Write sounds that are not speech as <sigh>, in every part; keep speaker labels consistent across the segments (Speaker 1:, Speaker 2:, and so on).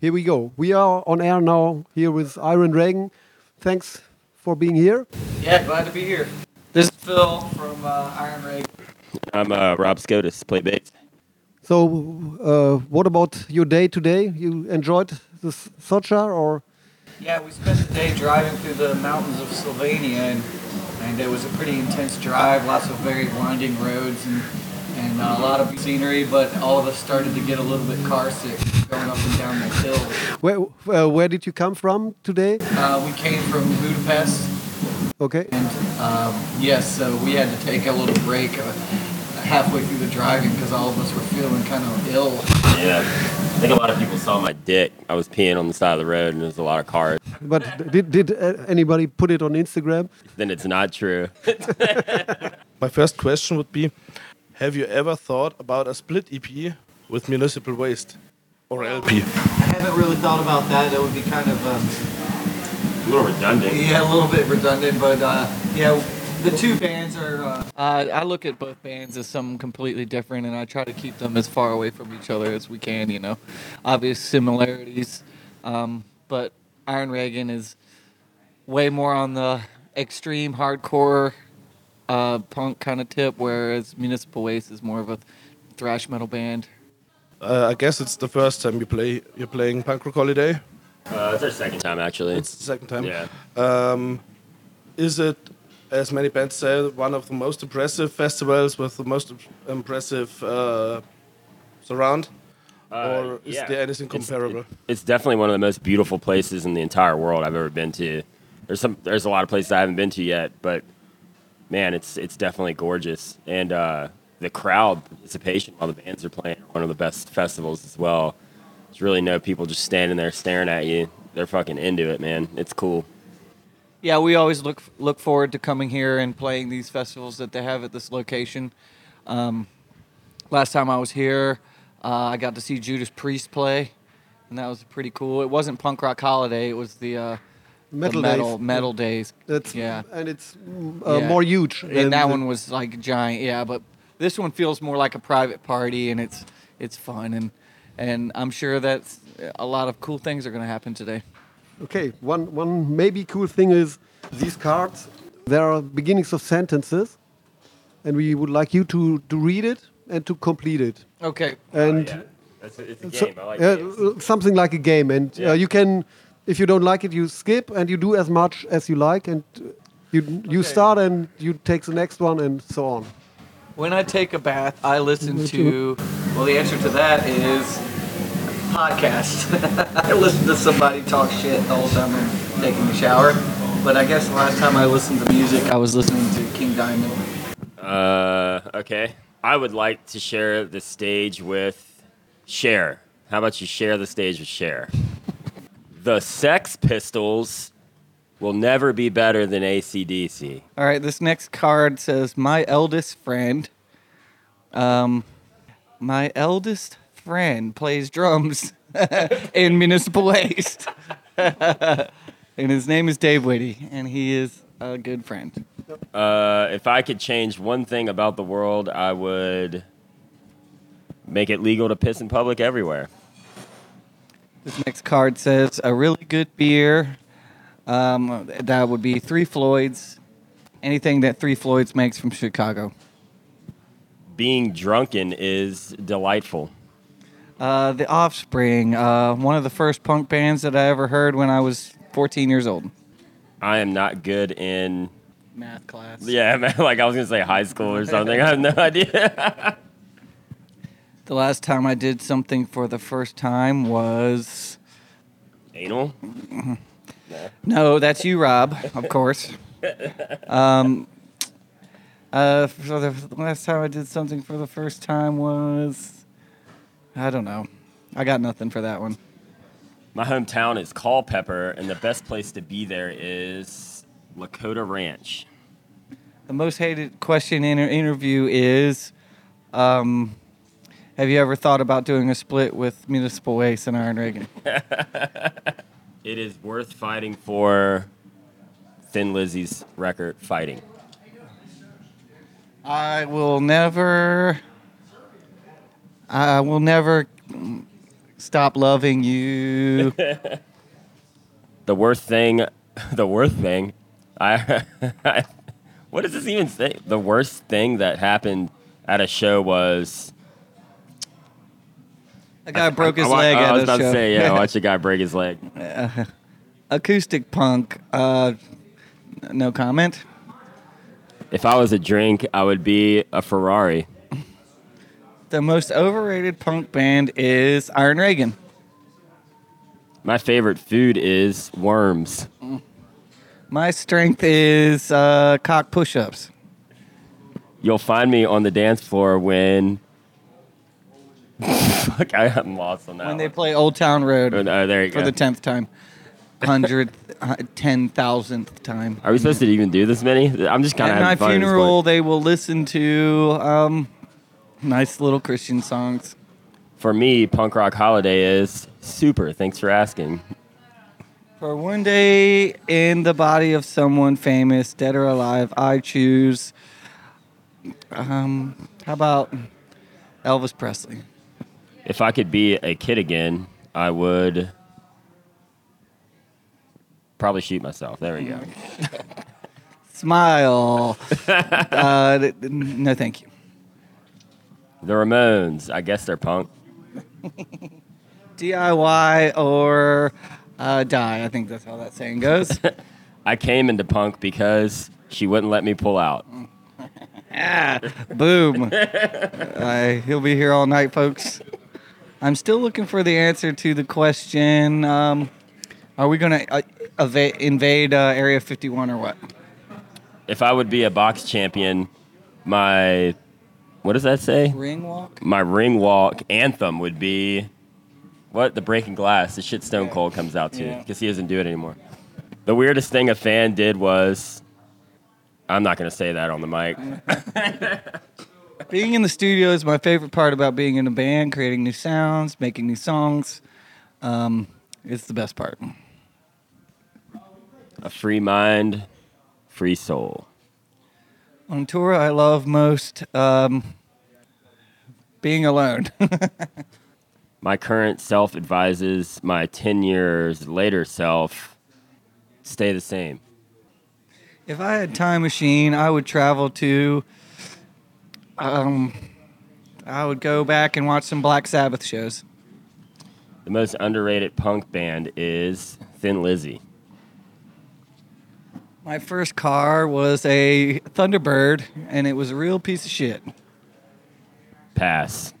Speaker 1: here we go. We are on air now here with Iron Dragon. Thanks for being here.
Speaker 2: Yeah, glad to be here. This is Phil from uh, Iron Rig.
Speaker 3: I'm uh, Rob Scotus, play bass.
Speaker 1: So, uh, what about your day today? You enjoyed the S- Socha or
Speaker 2: Yeah, we spent the day driving through the mountains of Slovenia, and, and it was a pretty intense drive. Lots of very winding roads and, and uh, a lot of scenery, but all of us started to get a little bit car sick going up and down the hills.
Speaker 1: where? Uh, where did you come from today?
Speaker 2: Uh, we came from Budapest,
Speaker 1: Okay.
Speaker 2: and um, yes, so we had to take a little break uh, halfway through the driving because all of us were feeling kind of ill.
Speaker 3: Yeah. uh, I think a lot of people saw my dick. I was peeing on the side of the road and there's a lot of cars.
Speaker 1: But did did uh, anybody put it on Instagram?
Speaker 3: Then it's not true.
Speaker 4: My first question would be Have you ever thought about a split EP with municipal waste or
Speaker 2: I
Speaker 4: LP?
Speaker 2: haven't really thought about that. It would be kind of. Um,
Speaker 3: a little redundant.
Speaker 2: Yeah, a little bit redundant, but uh, yeah, the two bands are. Uh, I look at both bands as something completely different, and I try to keep them as far away from each other as we can. You know, obvious similarities, um, but Iron Reagan is way more on the extreme hardcore uh, punk kind of tip, whereas Municipal Waste is more of a thrash metal band.
Speaker 4: Uh, I guess it's the first time you play. You're playing Punk Rock Holiday.
Speaker 3: Uh, it's our second time, actually.
Speaker 4: It's the second time.
Speaker 3: yeah.
Speaker 4: Um, is it, as many bands say, one of the most impressive festivals with the most im- impressive uh, surround? or is
Speaker 3: Uh, yeah.
Speaker 4: there anything
Speaker 3: It's-
Speaker 4: comparable?
Speaker 3: It's definitely one of the most beautiful places in the entire world I've ever been to. There's some there's a lot of places I haven't been to yet, but man, it's it's definitely gorgeous. And uh, the crowd participation while the bands are playing are one of the best festivals as well. There's really no people just standing there staring at you. They're fucking into it, man. It's cool.
Speaker 2: Yeah, we always look look forward to coming here and playing these festivals that they have at this location. Um, last time I was here, uh, I got to see Judas Priest play, and that was pretty cool. It wasn't Punk Rock Holiday; it was the, uh, the
Speaker 1: Metal Days.
Speaker 2: metal metal days.
Speaker 1: That's
Speaker 2: yeah,
Speaker 1: and it's mm, uh,
Speaker 2: Yeah.
Speaker 1: more huge. than
Speaker 2: and that
Speaker 1: the-
Speaker 2: one was like giant. Yeah, but this one feels more like a private party, and it's it's fun, and and I'm sure that a lot of cool things are going to happen today.
Speaker 1: Okay, one one maybe cool thing is these cards. There are beginnings of sentences, and we would like you to to read it and to complete it.
Speaker 2: Okay,
Speaker 1: And
Speaker 3: Oh, That's, it's a
Speaker 1: so- uh, something like a game, and uh,
Speaker 3: Yeah.
Speaker 1: you can, if you don't like it, you skip and you do as much as you like, and uh, you you start and you take the next one and so on.
Speaker 2: When I take a bath, I listen to. Well, the answer to that is podcast. <laughs> I listen to somebody talk shit the whole time I'm taking a shower. But I guess the last time I listened to music, I was listening to King Diamond.
Speaker 3: Uh, okay. I would like to share the stage with Cher. How about you share the stage with Cher? the Sex Pistols will never be better than ACDC.
Speaker 2: All right, this next card says, "My eldest friend." Um, my eldest friend plays drums <laughs> in Municipal Waste, <laughs> and his name is Dave Whitty, and he is a good friend.
Speaker 3: Uh, if I could change one thing about the world, I would make it legal to piss in public everywhere.
Speaker 2: This next card says a really good beer. Um, that would be Three Floyds. Anything that Three Floyds makes from Chicago.
Speaker 3: Being drunken is delightful.
Speaker 2: Uh, the Offspring, uh, one of the first punk bands that I ever heard when I was 14 years old.
Speaker 3: I am not good in
Speaker 2: Math class.
Speaker 3: yeah, <laughs> man, like I was gonna say high school or something. I have no <laughs> idea.
Speaker 2: The last time I did something for the first time was.
Speaker 3: Anal.
Speaker 2: No, that's you, Rob, of course. Um, uh, so the last time I did something for the first time was. I don't know. I got nothing for that one.
Speaker 3: My hometown is Culpeper, and the best place to be there is Lakota Ranch.
Speaker 2: The most hated question in an interview is um, Have you ever thought about doing a split with Municipal Waste and Iron Reagan?
Speaker 3: It is worth fighting for Thin Lizzy's record fighting.
Speaker 2: I will never. I will never stop loving
Speaker 3: <laughs>
Speaker 2: you.
Speaker 3: The worst thing, <laughs> the worst thing, <laughs> I, I, what does this even say? The worst thing that happened at a show was
Speaker 2: A guy broke his
Speaker 3: I wa-
Speaker 2: leg
Speaker 3: I,
Speaker 2: at
Speaker 3: was
Speaker 2: a
Speaker 3: about
Speaker 2: show.
Speaker 3: to
Speaker 2: <laughs>
Speaker 3: say, yeah, I watched a guy break his leg.
Speaker 2: Acoustic punk. Uh, n- no comment.
Speaker 3: If I was a drink, I would be a Ferrari.
Speaker 2: The most overrated punk band is Iron Reagan.
Speaker 3: My favorite food is worms.
Speaker 2: My strength is uh, cock push-ups.
Speaker 3: You'll find me on the dance floor when. <laughs> Fuck, I am lost on that.
Speaker 2: When they
Speaker 3: one.
Speaker 2: play Old Town Road
Speaker 3: Oh, no, there you
Speaker 2: for
Speaker 3: go.
Speaker 2: the tenth time, hundredth, uh, <laughs> ten thousandth time.
Speaker 3: Are we supposed to even do this many? I'm just kind of
Speaker 2: At
Speaker 3: having
Speaker 2: my
Speaker 3: fun at this
Speaker 2: funeral,
Speaker 3: point.
Speaker 2: they will listen to um, nice little Christian songs.
Speaker 3: For me, punk rock holiday is super. Thanks for asking.
Speaker 2: For one day in the body of someone famous, dead or alive, I choose. Um, how about Elvis Presley?
Speaker 3: If I could be a kid again, I would probably shoot myself. There we go.
Speaker 2: <laughs> Smile. uh, th- th- no, thank you.
Speaker 3: The Ramones. I guess they're punk.
Speaker 2: DIY or uh, die. I think that's how that saying goes.
Speaker 3: I came into punk because she wouldn't let me pull out.
Speaker 2: Boom. Uh, he'll be here all night, folks. I'm still looking for the answer to the question. Um, are we going to uh, eva- invade uh, Area 51 or what?
Speaker 3: If I would be a box champion, my what does that say?
Speaker 2: Ring walk?
Speaker 3: My ring walk anthem would be what the Breaking Glass. The shit Stone Cold comes out to
Speaker 2: Yeah.
Speaker 3: because he doesn't do it anymore. The weirdest thing a fan did was I'm not gonna say that on the mic.
Speaker 2: Being in the studio is my favorite part about being in a band, creating new sounds, making new songs. Um, it's the best part.
Speaker 3: A free mind, free soul.
Speaker 2: On tour, I love most um, being alone. <laughs>
Speaker 3: My current self advises my 10 years later self stay the same.
Speaker 2: If I had time machine, I would travel to. Um, I would go back and watch some Black Sabbath shows.
Speaker 3: The most underrated punk band is Thin Lizzy.
Speaker 2: My first car was a Thunderbird, and it was a real piece of shit.
Speaker 3: Pass.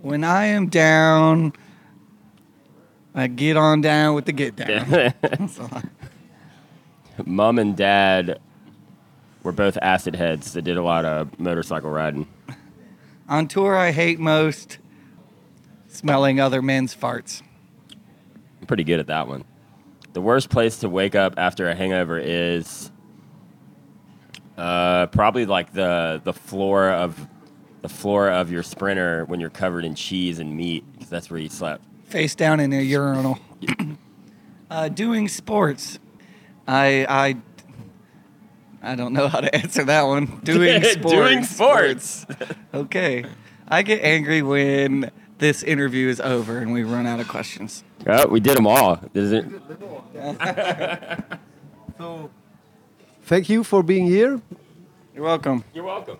Speaker 2: When I am down, I get on down with the get
Speaker 3: <laughs>
Speaker 2: down. So,
Speaker 3: Mom and dad were both acid heads that did a lot of motorcycle riding.
Speaker 2: on tour, I hate most smelling other men's farts.
Speaker 3: I'm pretty good at that one. The worst place to wake up after a hangover is uh, probably like the the floor of the floor of your sprinter when you're covered in cheese and meat 'cause that's where you slept.
Speaker 2: face down in a urinal. <coughs> uh, doing sports. I I I don't know how to answer that <laughs> one. Doing sports.
Speaker 3: <laughs> Doing sports.
Speaker 2: Okay. I get angry when this interview is over and we run out of questions.
Speaker 3: Oh, we did them all. Is it?
Speaker 1: Thank you for being here.
Speaker 2: You're welcome.
Speaker 3: You're welcome.